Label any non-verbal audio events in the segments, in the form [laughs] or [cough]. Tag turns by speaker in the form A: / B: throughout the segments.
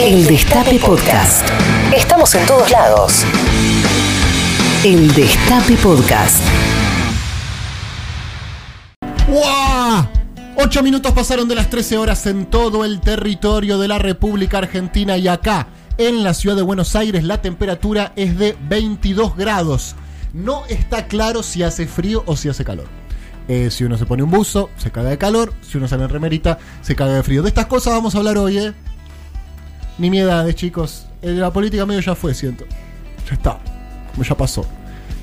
A: El Destape Podcast. Estamos en todos lados. El Destape Podcast.
B: ¡Guau! Ocho minutos pasaron de las 13 horas en todo el territorio de la República Argentina y acá, en la ciudad de Buenos Aires, la temperatura es de 22 grados. No está claro si hace frío o si hace calor. Eh, si uno se pone un buzo, se caga de calor. Si uno sale en remerita, se caga de frío. De estas cosas vamos a hablar hoy, ¿eh? Ni miedades, chicos. Eh, La política medio ya fue, siento. Ya está. Como ya pasó.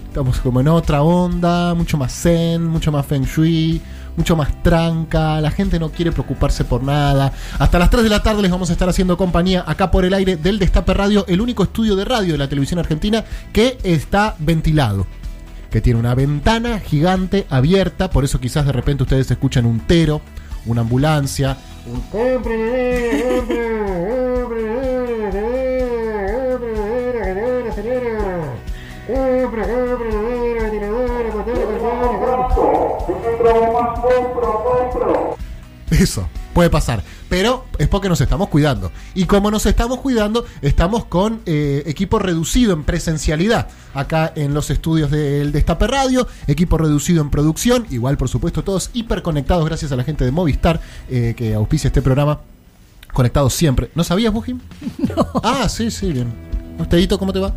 B: Estamos como en otra onda, mucho más zen, mucho más feng shui, mucho más tranca. La gente no quiere preocuparse por nada. Hasta las 3 de la tarde les vamos a estar haciendo compañía acá por el aire del Destape Radio, el único estudio de radio de la televisión argentina que está ventilado que tiene una ventana gigante abierta, por eso quizás de repente ustedes escuchan un tero, una ambulancia, un Eso, puede pasar. Pero es porque nos estamos cuidando. Y como nos estamos cuidando, estamos con eh, equipo reducido en presencialidad. Acá en los estudios del Destape Radio, equipo reducido en producción. Igual, por supuesto, todos hiperconectados gracias a la gente de Movistar eh, que auspicia este programa. Conectados siempre. ¿No sabías, Bujim? Ah, sí, sí, bien. Ustedito, ¿cómo te va?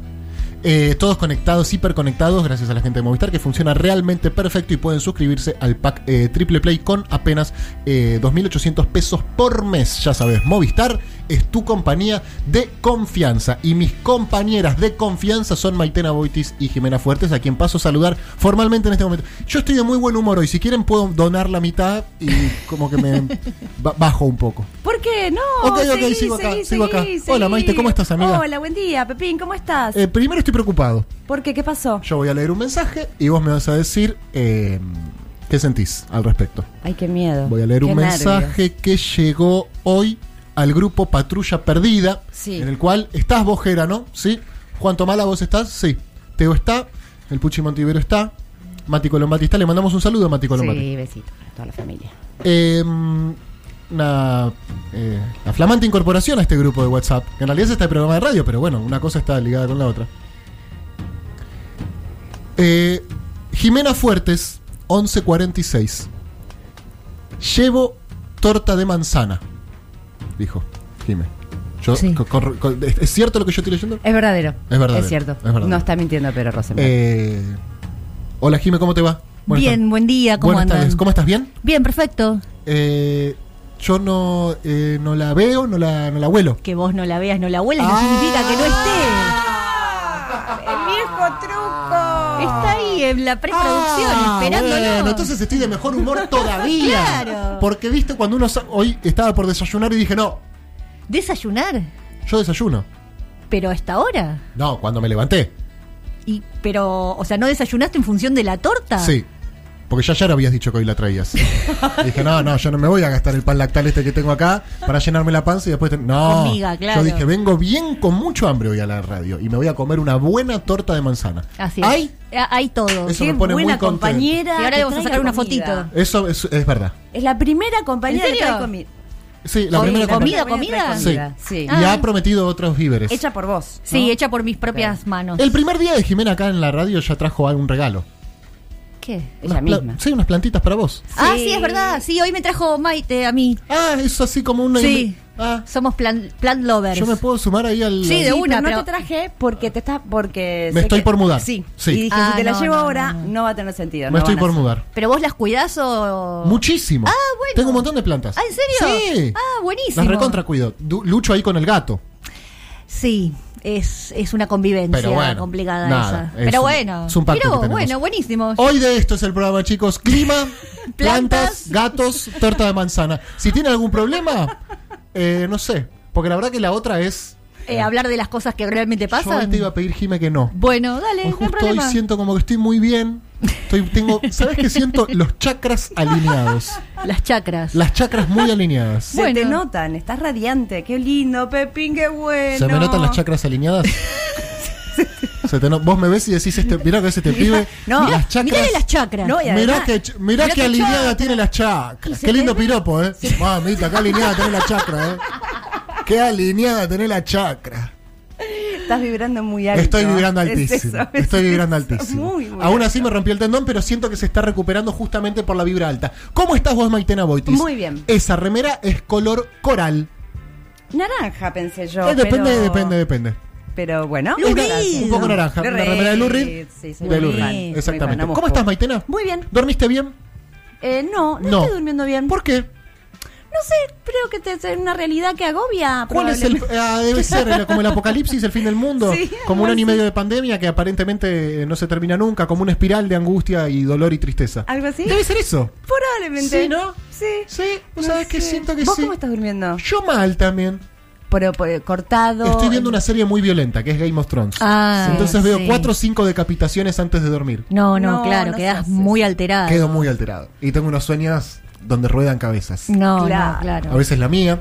B: Eh, todos conectados, hiperconectados, gracias a la gente de Movistar, que funciona realmente perfecto y pueden suscribirse al pack eh, Triple Play con apenas eh, 2.800 pesos por mes. Ya sabes, Movistar es tu compañía de confianza. Y mis compañeras de confianza son Maitena Boitis y Jimena Fuertes, a quien paso a saludar formalmente en este momento. Yo estoy de muy buen humor hoy, si quieren puedo donar la mitad y como que me [laughs] ba- bajo un poco.
C: ¿Por qué? No.
B: Ok, ok, sigo acá, sigo acá. Hola, Maite, ¿cómo estás, amiga?
C: Hola, buen día, Pepín, ¿cómo estás?
B: Eh, primero estoy preocupado.
C: ¿Por qué? ¿Qué pasó?
B: Yo voy a leer un mensaje y vos me vas a decir eh, qué sentís al respecto.
C: Ay, qué miedo.
B: Voy a leer
C: Qué
B: un
C: nervios.
B: mensaje que llegó hoy al grupo Patrulla Perdida,
C: Sí.
B: en el cual estás vos, Gerano, ¿sí? Juan Tomala, vos estás, sí. Teo está, el Puchi Montivero está, Mati Colombati está. Le mandamos un saludo a Mati Colombati.
C: Sí, besito a toda la familia.
B: Eh, una, eh, una flamante incorporación a este grupo de WhatsApp. que En realidad es este programa de radio, pero bueno, una cosa está ligada con la otra. Eh, Jimena Fuertes, 1146. Llevo torta de manzana, dijo Jimena.
C: Sí.
B: ¿Es cierto lo que yo estoy leyendo?
C: Es verdadero.
B: Es verdadero,
C: Es cierto.
B: es verdadero.
C: No está mintiendo, pero Rosenberg.
B: Eh, hola Jimena, ¿cómo te va? Buenas
D: bien,
B: tardes.
D: buen día, ¿cómo
B: Buenas
D: andan?
B: tardes. ¿Cómo estás? ¿Bien?
D: Bien, perfecto.
B: Eh, yo no, eh, no la veo, no la, no la huelo.
D: Que vos no la veas, no la huelas,
B: Ah.
D: no significa que no esté.
C: ¡El viejo truco!
D: Está ahí en la preproducción,
B: Ah,
D: esperándolo.
B: bueno, entonces estoy de mejor
D: [laughs]
B: humor todavía.
D: Claro.
B: Porque viste, cuando uno. sa- Hoy estaba por desayunar y dije, no,
D: Desayunar,
B: yo desayuno.
D: pero hasta ahora.
B: No, cuando me levanté.
D: Y, pero, o sea, ¿no desayunaste en función de la torta?
B: Sí. Porque ya ayer habías dicho que hoy la
D: [laughs]
B: traías. dije, no, no, yo no me voy a gastar el pan lactal este que tengo acá para llenarme la panza y después. ten- No.
D: Hormiga, claro.
B: Yo dije, vengo bien con mucho hambre hoy a la radio y me voy a comer una buena torta de manzana.
D: Así es.
B: Ay,
D: Ah, Hay todo.
B: Eso
D: Qué
B: me pone muy
D: buena
B: contento.
D: compañera.
C: Y ahora
D: que
C: le vamos a
D: traiga
C: sacar una
D: comida.
C: fotito.
B: Eso es- es verdad.
C: Es la primera compañía
D: ¿En
C: que
D: serio?
C: trae comi-
B: Sí, la
D: Comida,
B: primera compañía-
D: comida, comida.
C: trae
B: Sí.
C: Sí.
B: Y
D: Ah.
B: ha prometido otros víveres.
C: Hecha por vos. ¿no?
D: Sí, hecha por mis propias manos.
B: El primer día de Jimena acá en la radio ya trajo algún regalo.
D: ¿Qué?
C: Ella
B: Unas pla-
C: misma.
B: Sí, unas plantitas para vos.
D: Ah, sí, es verdad. Sí, hoy me trajo Maite a mí.
B: Ah, es así como una.
D: Sí.
B: Ah,
D: Somos plan, plant lovers.
B: yo me puedo sumar ahí al.
D: Sí, de
C: Sí,
D: una,
C: pero no
D: pero-
C: te traje porque te estás porque
B: Me
C: sé
B: estoy
C: que-
B: por mudar.
C: Sí.
B: Sí.
C: Y dije,
D: Ah,
C: si te
D: no,
C: la llevo
D: no,
C: ahora,
D: no,
C: no.
D: no.
C: va a tener sentido.
B: Me
C: no
B: estoy
C: van a
B: por
C: hacer.
B: mudar.
D: ¿Pero vos las cuidás o...?
B: Muchísimo.
D: Ah, bueno.
B: Tengo un montón de plantas.
D: Ah, ¿en serio?
B: Sí.
D: Ah, buenísimo.
B: Las recontra cuido. Du- Lucho ahí con el gato.
D: Sí, es, es una convivencia
B: Pero bueno,
D: complicada
B: nada,
D: esa.
B: es
D: Pero
B: un-
D: bueno.
B: es un pacto
D: Mirá
B: que
D: vos,
B: tenemos. Oh.
D: bueno, buenísimo.
B: Hoy de esto es el programa, chicos.
D: [laughs]
B: Clima, plantas,
D: Plantas.
B: gatos, torta de manzana. Si tiene algún problema, eh, no sé. Porque la verdad que la otra es.
D: Eh, hablar de las cosas que realmente
B: Yo hoy
D: pasan.
B: te iba a pedir, Jime, que no.
D: Bueno, dale,
B: Hoy
D: no hay
B: justo hoy
D: problema.
B: siento como que estoy muy bien. Estoy, tengo, ¿Sabes qué siento? Los chakras alineados.
D: Las chacras.
B: Las chakras muy alineadas.
C: Se te
D: Bueno.
C: notan, estás radiante. Qué lindo, Pepín, qué bueno.
B: ¿Se me notan las chakras alineadas? Se te no- vos me ves y decís, este, mirá que es este pibe.
C: No,
B: mirá, las chakras.
D: Mirale las chacras.
C: No, y
B: Mirá
C: además-
B: que, ch- mirá
D: mirá
B: que
D: qué
B: alineada
D: chakra.
B: tiene las chakras.
D: se
B: Qué lindo
D: te ve.
B: piropo, ¿eh? Mamita, qué alineada tiene la chakra, ¿eh? Qué alineada tenés la chacra.
C: Estás vibrando muy alto.
B: Estoy vibrando
C: Es
B: altísimo.
C: eso, es
B: estoy vibrando
C: eso,
B: altísimo.
C: muy, muy
B: Aún
C: alto.
B: así me rompí el tendón, pero siento que se está recuperando justamente por la vibra alta. ¿Cómo estás vos, Maitena Boitis?
C: Muy bien.
B: Esa remera es color coral.
C: Naranja, pensé yo.
B: Eh, depende,
C: pero-
B: depende, depende.
C: Pero bueno,
B: Un
C: es naranja.
B: un poco naranja.
C: De
B: Una remera de Lurrid.
C: Reed, sí, soy
B: de
C: muy
B: Lurrid,
C: fan, muy fan,
B: Exactamente.
C: amo
B: ¿Cómo
C: Hope.
B: estás, Maitena?
C: Muy bien.
B: ¿Dormiste bien?
C: Eh, no, no,
B: No.
C: estoy durmiendo bien.
B: ¿Por qué?
D: No sé, creo que te- es una realidad que agobia.
B: ¿Cuál es el.?
D: probablemente.
B: ah, debe ser el- como el apocalipsis, el fin del mundo.
C: Sí,
B: como
C: algo
B: un año y
C: así.
B: medio de pandemia que aparentemente eh, no se termina nunca, como una espiral de angustia y dolor y tristeza.
C: ¿Algo así?
B: Debe ser eso.
C: Probablemente.
B: Sí, ¿no?
C: Sí.
B: Sí, vos
C: No
B: sabés que
C: sé.
B: siento que
C: ¿Vos
B: sí.
C: cómo estás durmiendo?
B: Yo mal también.
C: Pero,
D: pues,
C: por- cortado.
B: Estoy viendo una serie muy violenta que es Game of Thrones.
D: Ah,
B: Entonces veo
D: sí.
B: cuatro o cinco decapitaciones antes de dormir.
D: No, no,
C: No,
D: claro,
C: no se
D: quedas
C: hace
D: muy alterado.
B: Quedo muy alterado. Y tengo unos sueños donde ruedan cabezas.
D: No, no,
C: Claro.
D: claro.
B: A veces la mía,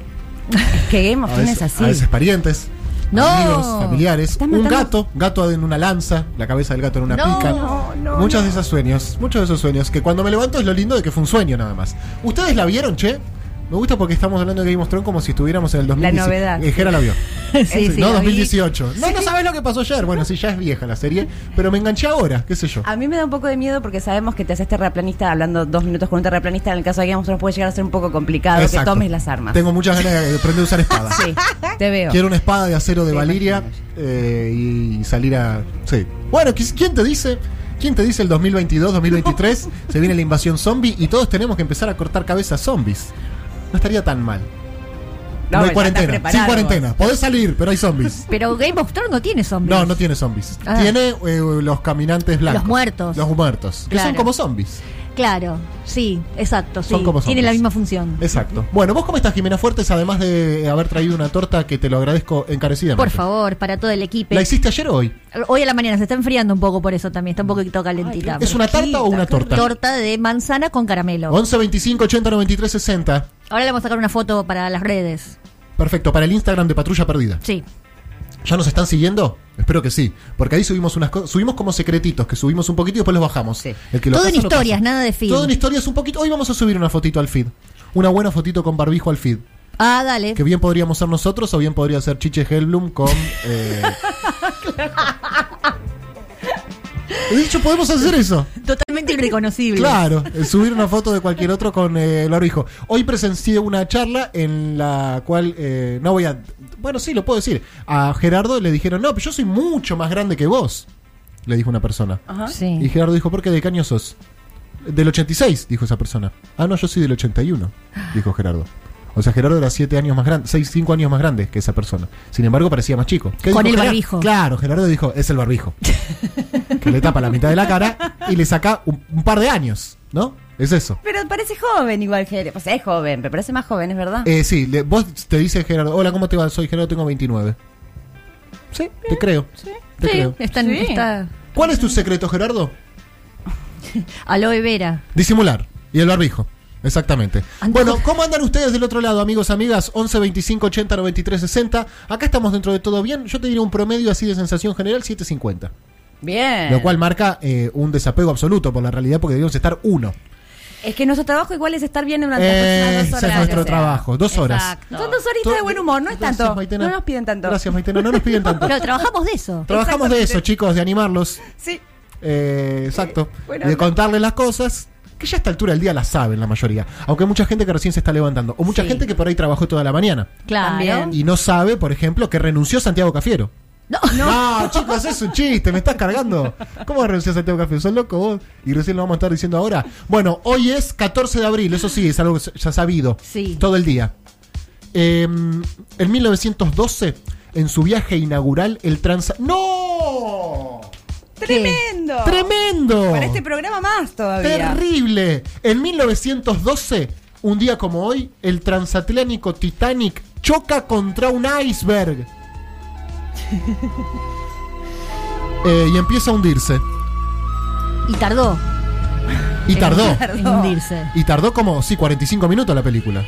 D: que Game of
B: a
D: Thrones
B: veces,
D: es así.
B: a veces parientes,
D: No.
B: amigos, familiares.
D: Estás
B: Un
D: matando-
B: gato, gato en una lanza, la cabeza del gato en una
D: No,
B: pica.
D: no,
C: no,
B: muchos
C: no.
B: de esos sueños, muchos de esos sueños, que cuando me levanto es lo lindo de que fue un sueño nada más. ¿Ustedes la vieron, che? Me gusta porque estamos hablando de Game of Thrones como si estuviéramos en el 2018.
C: novedad.
B: Eh, Jera la
C: [laughs]
B: vio.
D: sí, sí,
B: no,
D: la vi.
B: 2018. No, no sabes lo que pasó ayer. Bueno, sí, ya es vieja la serie, pero me enganché ahora, qué sé yo.
C: A mí me da un poco de miedo porque sabemos que te haces terraplanista hablando dos minutos con un terraplanista. En el caso de Game of Thrones puede llegar a ser un poco complicado que
B: Exacto.
C: tomes las armas.
B: Tengo muchas ganas de aprender a usar espadas.
C: [laughs] Sí, te veo.
B: Quiero una espada de acero de
C: Te
B: Valiria
C: imagino.
B: eh, y salir a. Sí. Bueno, ¿qui- ¿quién te dice? ¿Quién te dice el 2022, 2023? Se viene la invasión zombie y todos tenemos que empezar a cortar cabezas zombies. No estaría tan mal. No, hay
C: ya estás
B: cuarentena.
C: preparado
B: Sin
C: vos.
B: cuarentena. Podés salir, pero hay
D: [laughs]
B: zombies.
D: Pero Game of Thrones no tiene zombies.
B: No, no tiene zombies.
D: Ah.
B: Tiene eh, los caminantes blancos.
D: Los muertos.
B: Los muertos. Que son
D: Claro.
B: como zombies.
D: Claro, sí, exacto, sí.
B: Son como
D: tiene
B: zombies.
D: la misma función.
B: Exacto. Bueno, ¿vos cómo estás, Jimena Fuertes? Además de haber traído una torta que te lo agradezco encarecidamente.
D: Por favor, para todo el equipo.
B: ¿La hiciste ayer o hoy?
D: Hoy a la mañana se está enfriando un poco por eso también, está un poquito calentita.
C: Ay,
B: ¿Es una tarta o una torta?
D: Torta de manzana con caramelo.
B: 11 25 80 93 60.
D: Ahora le vamos a sacar una foto para las redes.
B: Perfecto, para el Instagram de Patrulla Perdida.
D: Sí.
B: ¿Ya nos están siguiendo? Espero que sí, porque ahí subimos unas co- subimos como secretitos, que subimos un poquito y después los bajamos.
C: Sí.
B: El que lo
D: Todo
B: caza,
D: en
B: lo caza.
D: historias, nada de feed.
B: Todo en historias un poquito. Hoy vamos a subir una fotito al feed. Una buena fotito con barbijo al feed.
D: Ah, dale.
B: Que bien podríamos ser nosotros o bien podría ser Chiche Hellblum con.
D: [laughs]
B: eh, He dicho, podemos hacer eso.
D: Totalmente irreconocible.
B: Claro, eh, subir una foto de cualquier otro con eh, el barbijo. Hoy presencié una charla en la cual eh, no voy a. Bueno, sí, lo puedo decir. A Gerardo le dijeron, no, pero yo soy mucho más grande que vos, le dijo una persona.
C: Ajá.
B: Y
D: Sí.
B: Gerardo dijo, ¿por qué de qué año sos? Del 86, dijo esa persona. Ah, no, yo soy del 81, dijo Gerardo. O sea, Gerardo era 7 años más grande, 6, 5 años más grande que esa persona. Sin embargo, parecía más chico. ¿Qué dijo
D: Con el
B: Gerardo?
D: barbijo.
B: Claro, Gerardo dijo, es el barbijo. que le tapa la mitad de la cara y le saca un, un par de años, ¿no? Es eso.
C: Pero parece joven igual que... O sea, es joven, pero parece más joven, ¿es verdad?
B: Eh, sí, le- vos te dice Gerardo, hola, ¿cómo te va? Soy Gerardo, tengo 29. Sí, te creo. Te
D: Sí,
B: creo.
D: está, en-
C: Sí.
D: está-
B: ¿Cuál es tu secreto, Gerardo?
D: Aloe vera.
B: Disimular. Y el barbijo. Exactamente.
D: Antojo.
B: Bueno, ¿cómo andan ustedes del otro lado, amigos, amigas? 11, 25, 80, 93, 60. Acá estamos dentro de todo bien. Yo te diré un promedio así de sensación general, 750.
C: Bien.
B: Lo cual marca eh, un desapego absoluto por la realidad porque debemos estar uno.
C: Es que nuestro trabajo igual es estar bien durante
B: Eh,
C: las próximas
B: ese
C: dos
B: es
C: horas.
B: nuestro
C: o sea.
B: trabajo. Dos horas.
D: Exacto.
C: Son dos horitas de buen humor, no es
B: Gracias,
C: tanto.
B: Maitena.
C: No nos piden tanto.
B: Gracias, Maitena. No nos piden
C: [laughs]
B: tanto.
D: Pero trabajamos de eso.
B: Trabajamos de eso, chicos, de animarlos.
C: Sí.
B: Eh, exacto.
C: Bueno,
B: de
C: no.
B: contarles las cosas. Que ya a esta altura del día las saben la mayoría. Aunque hay mucha gente que recién se está levantando. O mucha
D: Sí.
B: gente que por ahí trabajó toda la mañana.
D: Claro.
C: También.
B: Y no sabe, por ejemplo, que renunció Santiago Cafiero.
D: [laughs] No,
B: No, chicos, es un chiste, me estás cargando. ¿Cómo renunció Santiago Cafiero? ¿Sos loco vos? Y recién lo vamos a estar diciendo ahora. Bueno, hoy es 14 de abril, eso sí, es algo que ya sabido.
D: Sí.
B: Todo el día. Eh, en 1912, en su viaje inaugural, el trans... ¡No!
C: Tremendo.
B: ¡Tremendo!
C: Para este programa más todavía.
B: Terrible. En 1912, un día como hoy, el transatlántico Titanic choca contra un
C: [laughs]
B: iceberg. Eh, y empieza a hundirse.
D: Y tardó
B: Y tardó.
D: en hundirse.
B: Y tardó como, sí, 45 minutos la película.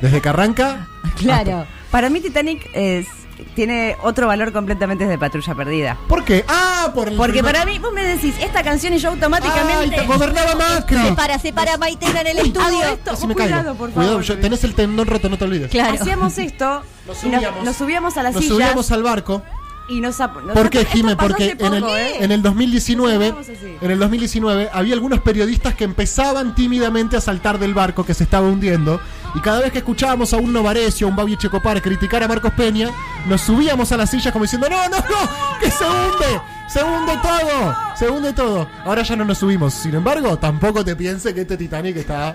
B: Desde que arranca.
D: Claro.
C: Para mí Titanic es tiene otro valor completamente de patrulla perdida.
B: ¿Por qué? Ah, por el
C: Porque
B: primer-
C: para mí, vos me decís, esta canción y yo
B: Ay,
C: automáticamente.
B: te
C: [laughs]
B: gobernaba Macri.
D: Se para, se para Maitena en el
C: hago
D: estudio.
C: esto.
B: Casi
C: Vos
B: me
C: cuidado,
B: caigo.
C: por favor.
B: Cuidado, yo- tenés el tendón roto, no te olvides.
D: Claro.
C: [laughs] Hacíamos esto,
B: Lo
C: y nos-
B: subíamos.
C: nos subíamos a las
B: Nos
C: sillas
B: subíamos al barco.
C: y nos, ap- nos-
B: ¿Por qué,
C: esto
B: Jime?
C: pasó
B: Porque
C: hace
B: en el,
C: poco, ¿eh?
B: en el 2019,
C: Nos subíamos así.
B: en el 2019 había algunos periodistas que empezaban tímidamente a saltar del barco que se estaba hundiendo y cada vez que escuchábamos a un Novarecio, a un Babi Checopar criticar a Marcos Peña, nos subíamos a las sillas como diciendo no, no, no, que se hunde, se hunde todo, se hunde todo. Ahora ya no nos subimos. Sin embargo, tampoco te piense que este Titanic está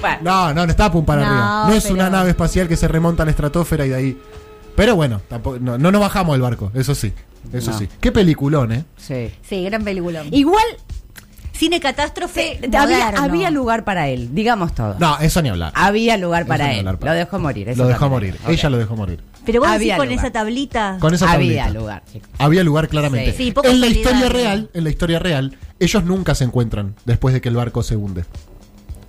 C: Bueno,
B: No, no, no está pum para
D: No,
B: arriba. No es
D: pero-
B: una nave espacial que se remonta a la estratosfera y de ahí. Pero bueno, tampoco, no, no nos bajamos del barco, eso sí. Eso sí. Qué peliculón, ¿eh?
C: sí.
D: Sí, gran película.
C: Igual
D: Cine catástrofe.
C: te- había,
D: moderno.
C: había lugar para él, digamos todo.
B: No, eso ni hablar.
C: Había lugar
B: Eso
C: Ah, para
B: ni
C: él.
B: hablar para-
C: Lo dejó morir. eso
B: Lo dejó
C: también.
B: morir. Ella lo dejó morir.
D: Pero vos
C: Había
D: decís con
C: lugar.
D: esa tablita.
B: Con esa
C: Había
B: tablita.
C: lugar, chicos.
B: Había lugar claramente.
D: Sí. Sí, poco
B: en la
D: solidario.
B: historia real, en la historia real, ellos nunca se encuentran después de que el barco se hunde.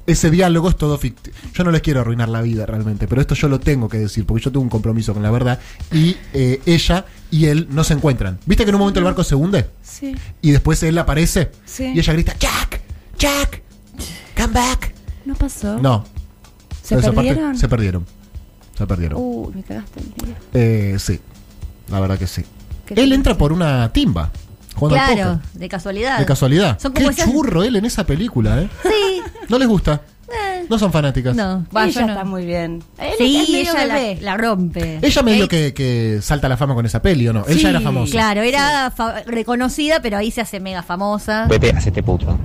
B: Ese diálogo es todo ficticio. Yo no les quiero arruinar la vida realmente, pero esto yo lo tengo que decir porque yo tengo un compromiso con la verdad y eh, ella y él no se encuentran. ¿Viste que en un momento el barco se hunde?
C: Sí.
B: Y después él aparece
C: Sí.
B: y ella grita, Jack, Jack, come back.
C: No pasó.
B: No,
C: ¿Se
B: esa parte-
C: perdieron?
B: se perdieron. Se perdieron.
C: Uy, me cagaste el día.
B: Eh, sí, la verdad que sí.
C: Qué
B: Él entra por una timba. jugando al
D: Claro,
B: póker,
D: de casualidad.
B: De casualidad.
D: Son como
B: Qué
D: esas-
B: churro él en esa película, ¿eh?
D: Sí.
B: No les gusta.
D: [laughs] Eh,
B: No son fanáticas.
D: no.
C: Va,
D: Ella
C: ella
D: no.
C: está muy bien. Él
D: Sí,
C: es medio
D: ella la,
C: bebé.
D: la rompe.
B: Ella medio que, que salta a la fama con esa peli, ¿o no? Él ya era famoso.
D: Claro, era fa- reconocida, pero ahí se hace mega famosa.
E: Vete, hacete puto.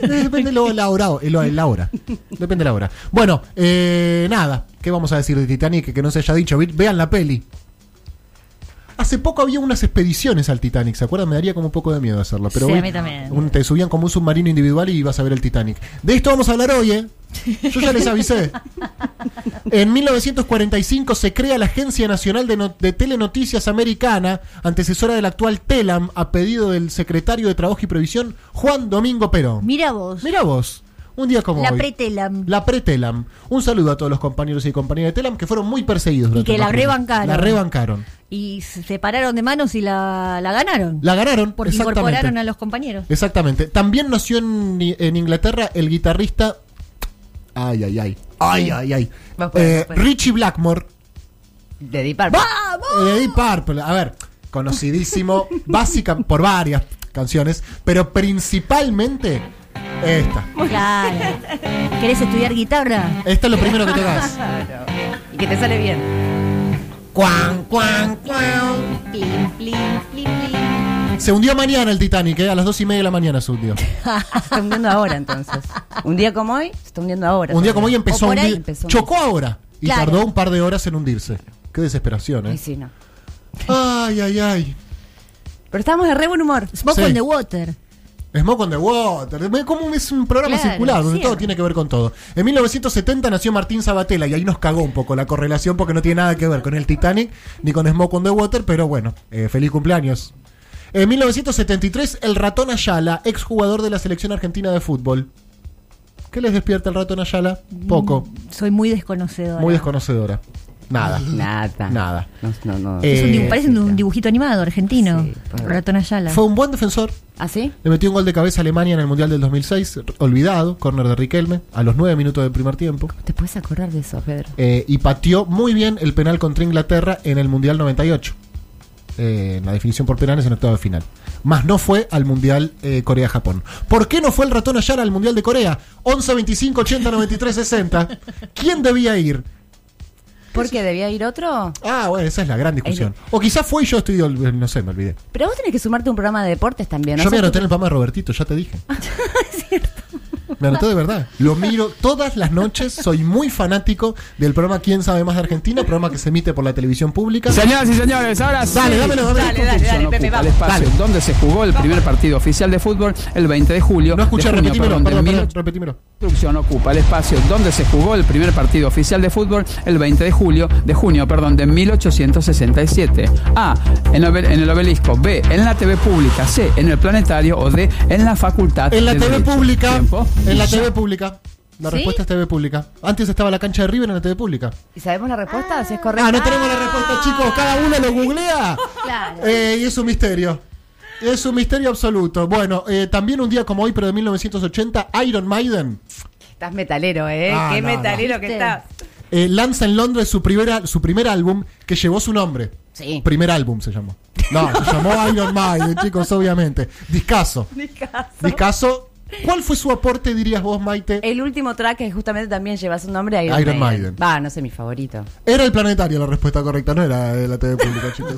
B: Depende lo- la hora, o- lo- la hora. Depende la hora. Bueno, eh, nada. ¿Qué vamos a decir de Titanic que no se haya dicho? Vi- Vean la peli. Hace poco había unas expediciones al Titanic, ¿se acuerdan? Me daría como un poco de miedo hacerlo. Pero
D: Sí, a
B: hoy
D: mí también.
B: un- te subían como un submarino individual y ibas a ver el Titanic. De esto vamos a hablar hoy, ¿eh? Yo ya les avisé. En 1945 se crea la Agencia Nacional de, No- de Telenoticias Americana, antecesora del actual TELAM, a pedido del secretario de Trabajo y Previsión, Juan Domingo Perón.
D: Mira vos.
B: Mira vos, un día como
D: La
B: hoy.
D: pretelam.
B: La pretelam. Un saludo a todos los compañeros y compañeras de Telam que fueron muy perseguidos. durante
D: que
B: los
D: la
B: primeros-
D: rebancaron.
B: La rebancaron.
D: Y se pararon de manos y la, la ganaron.
B: La ganaron.
D: porque
B: exactamente.
D: incorporaron a los compañeros.
B: Exactamente. También nació en, en Inglaterra el guitarrista... Ay, ay, ay. Ay, ay, ay.
C: Vos podés,
B: Eh,
C: vos podés.
B: Richie Blackmore.
C: De Deep Purple.
B: ¡Vamos! De Deep Purple. A ver,
D: [laughs]
B: conocidísimo, básica por varias canciones, pero principalmente esta.
D: Claro. ¿Querés estudiar guitarra?
B: Esta es lo primero que tocas.
C: Claro. Y que te sale bien.
B: Cuan, cuan, cuan.
D: Plin, plin, plin, plin.
B: Se hundió mañana el Titanic, ¿eh? a las dos y media de la mañana se hundió.
C: Se está hundiendo ahora entonces. Un día como hoy, se está hundiendo ahora.
B: Un día como hoy
C: también.
B: empezó a
D: O por ahí
B: hundir.
C: empezó a hundir.
B: Chocó ahora. Y
D: Claro.
B: tardó un par de horas en hundirse. Qué desesperación,
C: Ay,
B: ¿eh?
C: sí, no.
B: Ay, ay, ay.
C: Pero estábamos de re buen humor.
D: Smoke
B: Sí.
D: on the water.
B: Smoke on the Water. Ve Como es un programa
D: Claro,
B: circular, donde todo
D: cierto.
B: tiene que ver con todo. En 1970 nació Martín Sabatella y ahí nos cagó un poco la correlación porque no tiene nada que ver con el Titanic ni con Smoke on the Water, pero bueno, eh, feliz cumpleaños. En 1973, el ratón Ayala, exjugador de la selección argentina de fútbol. ¿Qué les despierta el ratón Ayala? Poco.
C: Mm,
D: Soy muy desconocedora.
B: Muy desconocedora. Nada.
C: Nada.
B: Nada.
C: No, no, no.
B: Eh,
D: Es un dibu- parece un dibujito animado argentino.
C: Sí, por-
D: Ratón Ayala.
B: Fue un buen defensor.
C: ¿Ah, sí?
B: Le metió un gol de cabeza a Alemania en el Mundial del 2006, r- olvidado, corner de Riquelme, a los 9 minutos del primer tiempo.
C: ¿Te puedes acordar de eso, Pedro?
B: Eh, y pateó muy bien el penal contra Inglaterra en el Mundial 98. Eh, en la definición por penales en octavo de final. Más no fue al Mundial eh, Corea-Japón. ¿Por qué no fue el ratón Ayala al Mundial de Corea? 11, 25, 80, 93, 60. ¿Quién debía ir?
C: ¿Por qué? ¿Debía ir otro?
B: Ah, bueno, esa es la gran discusión. O quizás fue y yo estoy, ol- no sé, me olvidé.
C: Pero vos tenés que sumarte a un programa de deportes también. ¿no?
B: Yo me
C: O sea,
B: anoté en el programa de Robertito, ya te dije. Me anoté de verdad. Lo miro todas las noches. Soy muy fanático del programa Quién sabe más de Argentina, programa que se emite por la televisión pública.
F: Señoras y señores, ahora sí.
B: Dale, dámelo, dámelo.
C: Dale, dale, dale,
F: Ocupa
C: Pepe,
F: el
C: vamos.
F: espacio donde se jugó el primer partido oficial de fútbol el 20 de julio.
B: No escuché,
F: de junio,
B: repetímelo,
F: perdón, del
B: perdón, perdón,
F: 18.
B: repetímelo.
F: Construcción ocupa el espacio donde se jugó el primer partido oficial de fútbol el 20 de julio de junio, perdón, de 1867. A. En, el obel- en el obelisco. B. En la TV pública. C. En el planetario. O D. En la facultad.
B: En la
F: de
B: TV
F: Derecho.
B: pública.
F: Tiempo.
B: En la
F: Ya.
B: TV pública. La respuesta es TV pública. Antes estaba la cancha de River en la TV pública.
C: ¿Y sabemos la respuesta? Si es correcta.
B: Ah, no tenemos la respuesta, chicos. Cada uno lo googlea.
D: Claro.
B: Eh, y es un misterio. Es un misterio absoluto. Bueno, eh, también un día como hoy, pero de 1980, Iron Maiden
C: Estás metalero, ¿eh?
B: Ah,
C: Qué
B: no, no.
C: metalero que
D: ¿Viste?
C: estás.
B: eh, lanza en Londres su, primera, su primer álbum que llevó su nombre.
C: Sí.
B: Primer álbum se llamó. No, se llamó
C: [laughs]
B: Iron Maiden, chicos, obviamente. Discaso. Discaso. ¿Cuál fue su aporte, dirías vos, Maite?
C: El último track que justamente también lleva su nombre, Iron,
B: Iron Maiden.
C: Maiden. Va, no sé, mi favorito.
B: Era el planetario la respuesta correcta, no era de la TV
C: [laughs]
B: pública, chicos.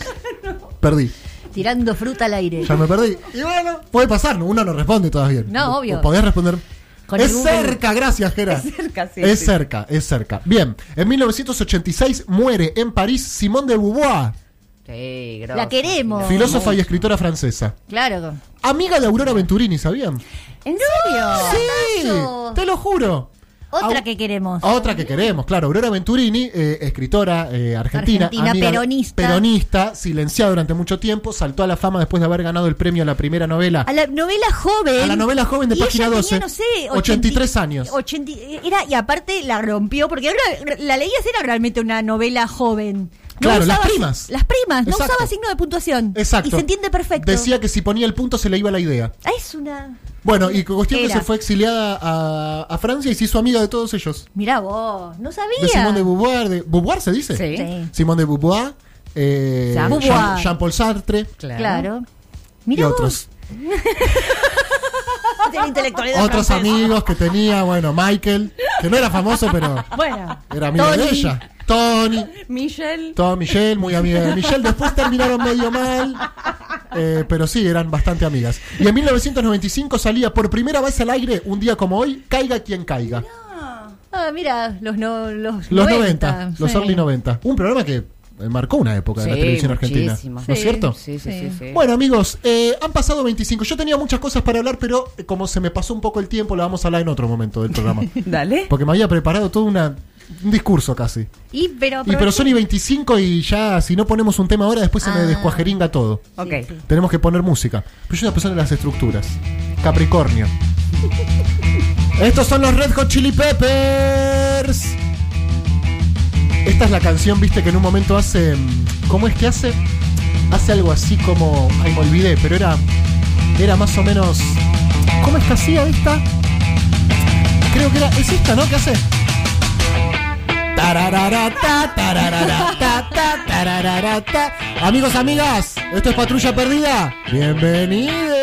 B: Perdí.
D: Tirando fruta al aire.
B: Ya me perdí. Y bueno, puede pasar, ¿no? uno no responde todavía.
D: No, obvio.
B: O podés responder.
D: Con
B: es
D: el Google.
B: cerca, gracias, Gera.
C: Es cerca, sí,
B: Es
C: sí.
B: cerca, es cerca. Bien, en 1986 muere en París Simone de Beauvoir,
C: Sí, grosso.
D: La queremos.
B: filósofa y escritora francesa.
D: Claro.
B: Amiga de Aurora Venturini, ¿sabían?
D: ¿En serio?
B: Sí,
D: Tazo.
B: te lo juro.
D: Otra
B: Au-
D: que queremos.
B: Otra que queremos, claro, Aurora Venturini, eh, escritora eh, argentina,
D: Argentina,
B: amiga-
D: peronista.
B: peronista, silenciada durante mucho tiempo, saltó a la fama después de haber ganado el premio a la primera novela.
D: A la novela joven.
B: A la novela joven de
D: Y ella
B: Página
D: tenía,
B: 12,
D: no sé,
B: 83 años.
D: 80 era, y aparte la rompió, porque ahora la leías, era realmente una novela joven. No
B: Claro,
D: usaba
B: las
D: si-
B: primas.
D: Las primas, no
B: Exacto.
D: usaba signo de puntuación.
B: Exacto.
D: Y se entiende perfecto.
B: Decía que si ponía el punto se le iba la idea.
D: Ah, Es una.
B: Bueno, y cuestión que
D: Era.
B: se fue exiliada a, a Francia y se hizo amiga de todos ellos.
D: Mirá vos, no sabía.
B: De Simone de Beauvoir, de Beauvoir se dice.
C: Sí.
D: Sí.
B: Simone de Beauvoir, eh,
D: Jean-
B: Jean-
D: Beauvoir.
B: Jean-Paul Sartre
C: Claro.
D: Claro.
B: y
D: Mirá vos.
B: otros.
D: De la intelectualidad
B: Otros
D: francesa.
B: amigos que tenía, bueno, Michael, que no era famoso, pero
D: [laughs] Bueno.
B: era amigo de
D: Tony.
B: ella. Tony,
C: Michelle.
B: toda Michelle, muy amiga de Michelle. Después terminaron medio mal, eh, pero sí, eran bastante amigas. Y en 1995 salía por primera vez al aire, un día como hoy, Caiga quien caiga.
D: Ah, mira, los, no, los,
B: Los 90, los
D: sí.
B: early 90. Un programa que eh, marcó una época de la
C: Sí,
B: televisión argentina.
C: muchísimo.
B: ¿No es
D: Sí,
B: cierto?
C: Sí, sí, sí.
D: Sí.
C: sí.
B: Bueno, amigos, eh, han pasado 25. Yo tenía muchas cosas para hablar, pero eh, como se me pasó un poco el tiempo, lo vamos a hablar en otro momento del programa.
C: Dale.
B: Porque me había preparado todo una, un discurso casi.
D: Y pero.
B: Y pero son y 25 y ya si no ponemos un tema ahora después se me
D: Ah.
B: descuajeringa todo.
C: Ok.
D: sí.
B: Tenemos que poner música. Pero yo soy una persona de las estructuras. Capricornio. Estos son los Red Hot Chili Peppers. Esta es la canción, viste, que en un momento hace. mm, ¿Cómo es que hace? Hace algo así como. Ay, me olvidé, pero era. Era más o menos. ¿Cómo es que hacía esta? Creo que era. Es esta, ¿no? ¿Qué hace? Tarararata, tarararata, ta, tarararata. Amigos, amigas, esto es Patrulla Perdida. Bienvenidos.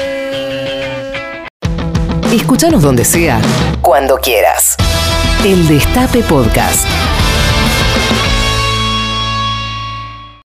A: Escúchanos donde sea, cuando quieras. El Destape Podcast.